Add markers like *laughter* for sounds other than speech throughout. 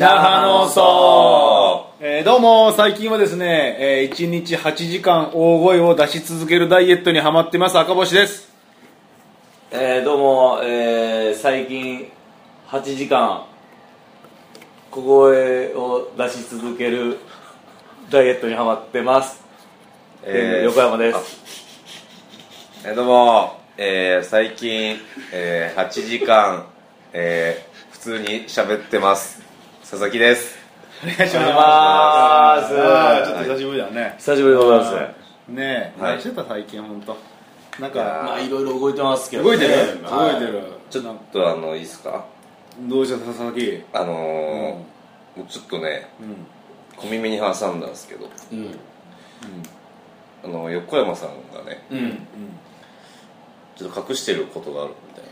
ハ放送、えーどうも最近はですね、え1日8時間大声を出し続けるダイエットにハマってます赤星ですえー、どうも、えー、最近8時間小声を出し続けるダイエットにハマってます、えー横山ですえーどうも、えー最近、えー8時間、えー普通に喋ってます佐々木ですお願いしおまはすようごあざいーまちすょっと久しぶりだね久しぶりでございますねえ、はい何してた最近本当なんまかあいろいろ動いてますけど、ね、動いてる、はい動いてるちょっとあのいいですかどうした佐々木あのーもうちょっとねうん小耳に挟んだんですけどうんあの横山さんがねうんちょっと隠してることがあるみたい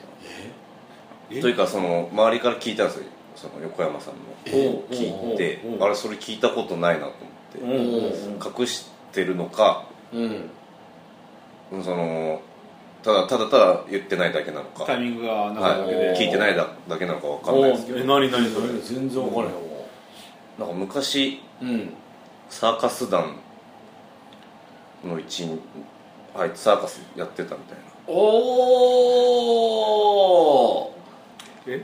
えなというかその周りから聞いたんですよその横山さんのおう聞いておうおうあれそれ聞いたことないなとう思っんて隠してるのかうんそのただただただ言ってないだけなのかタイミングがなかはっただけい、で聞いてないだだけなのかわかんないですけおうえ何何それ全然わからへんもどなんか昔ううんサーカス団の一員あいつサーカスやってたみたいなおおえ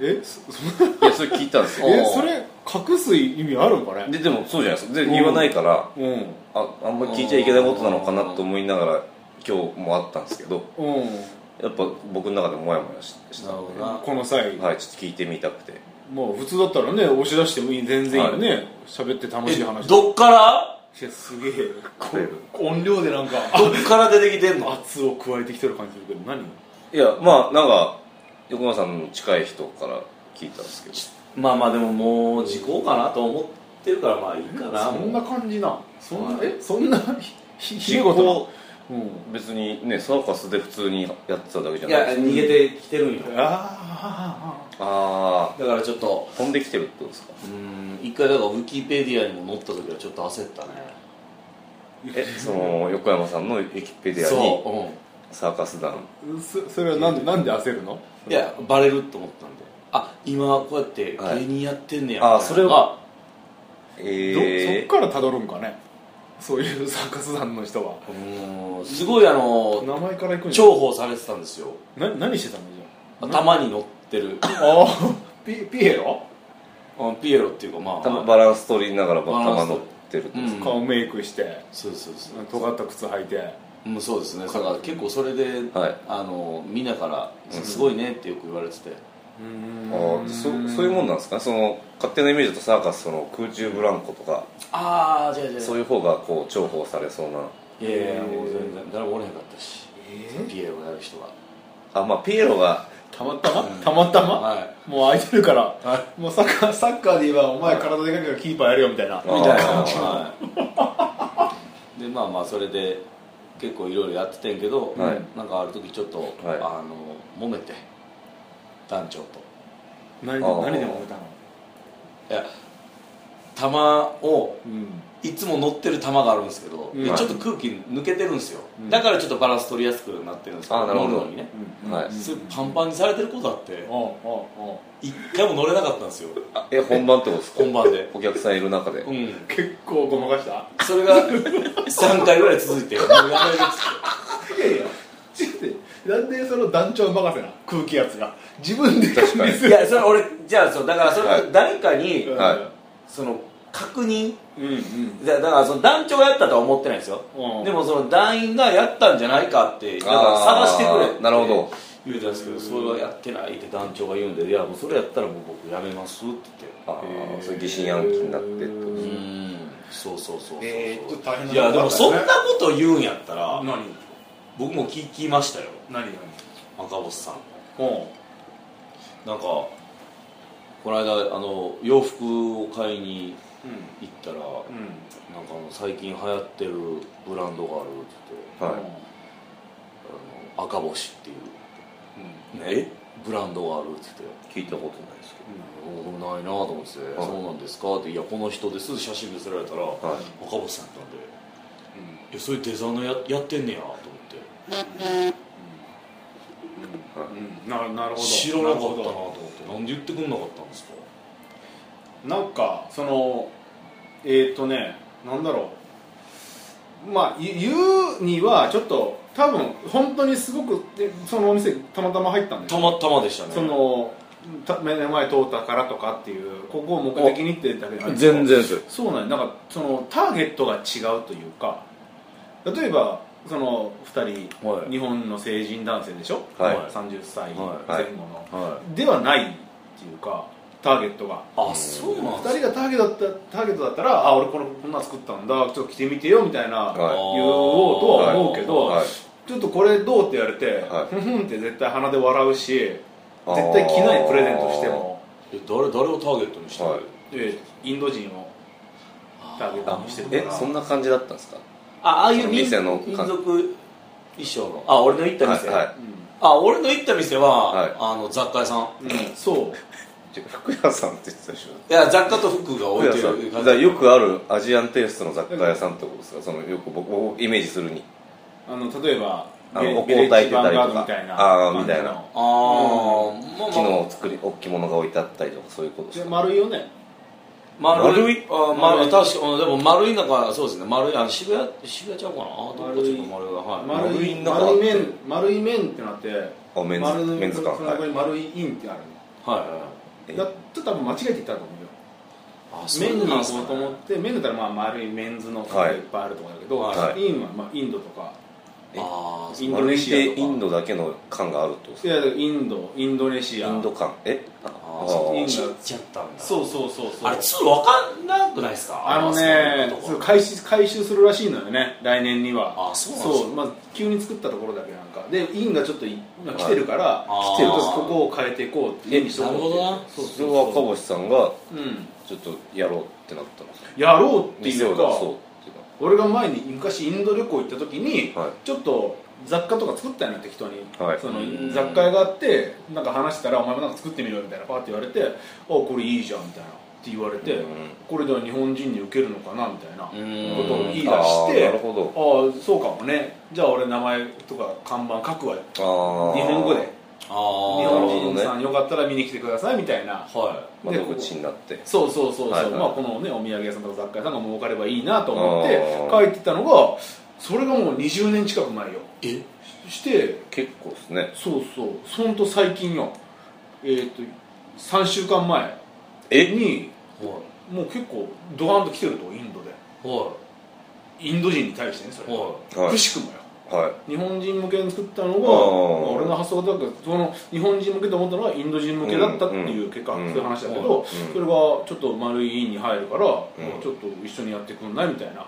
えそいやそれ聞いたんですよえそれ隠す意味あるんかねででもそうじゃないですかでうん言わないからうんああんまり聞いちゃいけないことなのかなと思いながら今日もあったんですけどうんやっぱ僕の中でもやもやししたのなるでほこの際、はいちょっと聞いてみたくてまあ普通だったらね押し出してもいい全然いいよね喋、って楽しい話どっからいやす *laughs* げえこだいぶ音量でなんかどっから出てきてんの圧を加えてきてる感じするけど何いやまあなんか横山さんの近い人から聞いたんですけどまあまあでももう時効かなと思ってるからまあいいかなそもうんな感じなそんなはいえそんなひひひ実どいこと行なうん別にねサーカスで普通にやってただけじゃいないやですか逃げてきてるんよあーあだからちょっとあ飛んできてるってことですかうーん一回だからウィキペディアにも載った時はちょっと焦ったねえその横山さんのウィキペディアにそサーカス団うそそれはなんでなんで焦るのう、うん、いやバレると思ったんであ今こうやってはい芸人やってんねや、あそれはどええそっからたどるんかねそういうサーカス団の人はうーんすごいあの名前からいくんじゃ重宝されてたんですよな何してたのじゃあ頭に乗ってるあーピピエロうんピエロっていうかまあー、バランス取りながらバランス頭乗ってるってことですうん顔メイクしてそうそうそう尖った靴履いてうん、そうですねだから結構それで、はいあのみんなから「すごいね」ってよく言われてて、あーそそういうもんなんですかその勝手なイメージだとサーカスその空中ブランコとか、ああじゃあじゃあそういう方がこう重宝されそうないやいやもう全然誰もおれへんかったし、えピエロやる人があまあピエロがたまたまたまたま、はもう空いてるから、はもうサッカーサッカーで言えばお前体でかいからキーパーやるよみたいなあーみたいなはいでまあまあそれで結構いろいろやっててんけど、はいなんかある時ちょっと、はいあの揉めて団長と何あー何でもめたのいや玉をうんいつも乗ってる球があるんですけど、うんではいちょっと空気抜けてるんですよ、うんだからちょっとバランス取りやすくなってるんですけどあーなるほど乗るのにね、うんはいうんそれパンパンにされてることあっておうおうお一回も乗れなかったんですよあえ本番ってことですか本番でお客さんいる中で、うんう結構ごまかしたそ *laughs* れが3回ぐらい *laughs* 続いて「もうやめる」っついやいやちょっと待ってなんでその団長任せな空気圧が自分で確かにっていやそれ俺じゃあそうだからそれはい誰かに、うんはその確認うんうんだだからその団長がやったとは思ってないんですよ、うんでもその団員がやったんじゃないかってだから探してくれってなるほど言うたんですけどそれはやってないって団長が言うんで「いやもうそれやったらもう僕やめます」って言ってああそれ疑心暗鬼になってってことうですねんそうそうそうそうそう、えーちょっと大変ないやでもそんなここと言うんやったら、何僕も聞きましたよ何何赤星さんおうなんかこの間あの洋服を買いにう行ったら、んうんなんかあの最近流行ってるブランドがあるって言ってはいあの赤星っていう、ね、ブランドがあるって言聞いってたことないですけ僕もないなと思ってて、はいそうなんですかって「いやこの人です」写真見せられたら、どはい赤星さんやったんで「えそういうデザインのややってんねや」と思ってうんうんななるほど知らなかったなとなるほ思ってなんで言ってくんなかったんですかなんかそのえー、っとねなんだろうまあ言うにはちょっと多分本当にすごくでそのお店たまたま入ったんですたまたまでしたねそのた目の前通ったからとかっていうここを目的にってだけじゃないですか全然ですよそうなんやなんかそのターゲットが違うというか例えばその2人、はい日本の成人男性でしょ、はい30歳前後の、はいはではないっていうかターゲットがあそうなん2人がターゲットだったターゲットだったらあ俺これこんなん作ったんだちょっと着てみてよみたいな、はい言おうとは思うけど、はいちょっとこれどうって言われて、はいふんふんって絶対鼻で笑うし絶あー対着ないプレゼントしてもえ誰誰をターゲットにしてる、はいでインド人をターゲットにしてるえからそんな感じだったんですかあああいう民店の民族衣装のあ俺の行った店、はいはいうんあ俺の行った店は、はいあの雑貨屋さんうんそうじゃ福屋さんって言ってたでしょいや雑貨と服が福置い屋てさるんだ感からじよくあるアジアンテイストの雑貨屋さんってことですかそのよく僕僕イメージするにあの例えばあのビレお交代って言ったりとかビレッジヴァンガードみたいなあーみたいな感ああ、まあ木の作り大きいものが置いてあったりとかそういうことでじすのでか丸いよねまあ、丸い丸丸いあ丸いい確かうんでも丸い中そうですね丸いあの渋谷渋谷ちゃうかなあどこかちょっと丸いがはい丸丸いいのがあっ丸いて面丸い面ってなってあメンズ丸いメンズ館その横はに丸いインってあるはいはいはいえのだちょっと多分間違えて言ったと思うよあそう麺になん行すかこうと思って麺だったらまあ丸いメンズのとがいっぱいあると思うんだけど、はいインはまあインドとかえあーインド丸ネいシアとでかインドだけの感があるってことですいかやインドインドネシイアンド感えあああーそうイン行ドーっちゃったんだそうそうそうそうあれ通わかんなくないですかあのねあそうそう回収回収するらしいのよね来年にはあそうなんですそかうまあ急に作ったところだけなんかでインがちょっと今来てるから、来はいてるあとーここを変えていこうって意味しとこうってなるほどなそうそそれうは赤そう星さんがうんちょっとやろうってなったんですかやろうってい店をう出かそうっていうか俺が前に昔インド旅行行った時に、はいちょっと雑貨とか作ったんやな適当に、はいそのうん雑貨屋があってなんか話したら「お前もなんか作ってみろ」みたいなパーって言われて「あこれいいじゃん」みたいなって言われて、うんこれでは日本人に受けるのかなみたいなうんことを言い出してあーなるあほあそうかもねじゃあ俺名前とか看板書くわよどあ日ー本語であ日ー本人さんよかったら見に来てくださいみたいなはで窓口になってそうそうそうそう、はいはいまあ、このねお土産屋さんとか雑貨屋さんが儲かればいいなと思ってあー書いてたのがそれがもう20年近く前よいえしして結構ですねそうそうほんと最近よえっ、と3週間前えにはもう結構ドカンと来てるとインドでいはインド人に対してねそれ、ははいくしくもよは日本人向けに作ったのが、あーまあ俺の発想だったけどその日本人向けと思ったのはインド人向けだったっていう結果、うんうんそういう話だけうんど、それがちょっと丸い院に入るから、んちょっと一緒にやってくんないみたいな、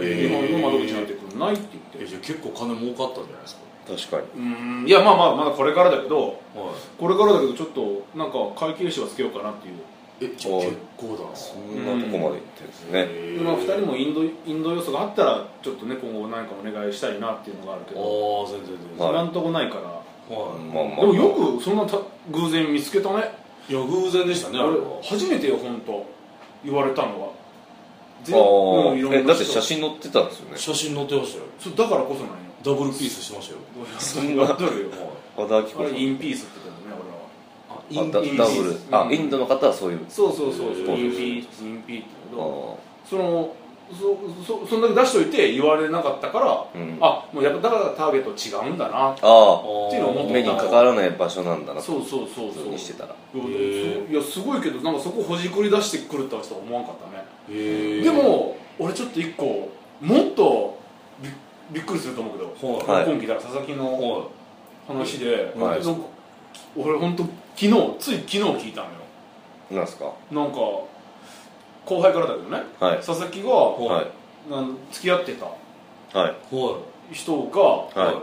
いへ日ー本の窓口になってくんないってい言えってじゃあ結構金儲かったんじゃないですか確かにうーんいやまあまあまだこれからだけどはいこれからだけどちょっとなんか会計士はつけようかなっていう、えじゃあおい結構だなそんなとこまで行ってるんですねへーまあ、2人もインドインド要素があったらちょっとね今後何かお願いしたいなっていうのがあるけどああ全然全然はい今んとこないから、はまあでまあもよくそんなた偶然見つけたねいいや偶然でしたねあれは俺初めてよ本当言われたのはあ全あうんいろんなえ人だって写真載ってたんですよね写真載ってましたよそうだからこそなんよダブルピースしてましたよそんなやっとるよ和田アキあ子されんインピースって言ってたのね俺はああイイダンンダブルあうんインドの方はそういうそうそうそうへそうーインピースインピースって言うけあどーそのそそそんだけ出しといて言われなかったから、うんあもうやっぱだからターゲット違うんだなあっていうのを思っーて目にかからない場所なんだなそうそうそう普そ通うにしてたらいやへーいやすごいけどなんかそこほじくり出してくるとはちょっと思わんかったねへーでも俺ちょっと一個もっとびびっくりすると思うけどははい今期だから佐々木のは話で、はいなんか俺本当昨日つい昨日聞いたのよなんすかなんか後輩からだけどねはい佐々木が、はなん付き合ってたいはいいは人がいはい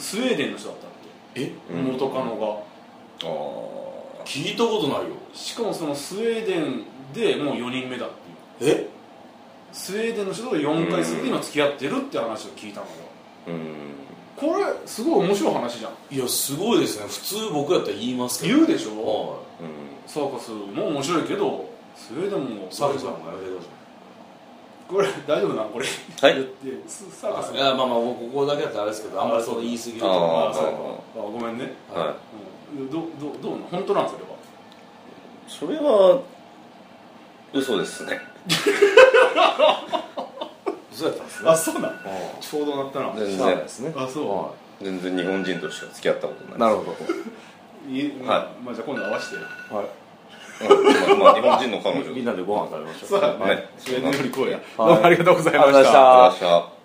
スウェーデンの人だったってえうん元カノが、あー聞いたことないよしかもそのスウェーデンでもう4人目だっていうえスウェーデンの人と4回する今付き合ってるって話を聞いたのようんこれすごい面白い話じゃんいやすごいですね普通僕やったら言いますけど言うでしょ、はうんサーカスも面白いけどスウェーデンもいサルさんもやめてくださこれ大丈夫なこれはい言ってスサーカスいいやまあまあ僕ここだけやったらあれですけどあんまりそう言い過ぎるとあああーそうかああごめんね、ははいういん、どどどうなん本当なんそれはそれは嘘ですねそうやったんですあそうなんちょうどなったな全そうなん然ですねあそうは全然日本人としか付き合ったことないいなるほいはまあじゃあ今度合わせてどはいうんまあまあ日本人の彼女みんなでご飯食べましょうそうだはねいスウェーデンよりこうやはいどうもありがとうございまありがとうございましたありがとうございました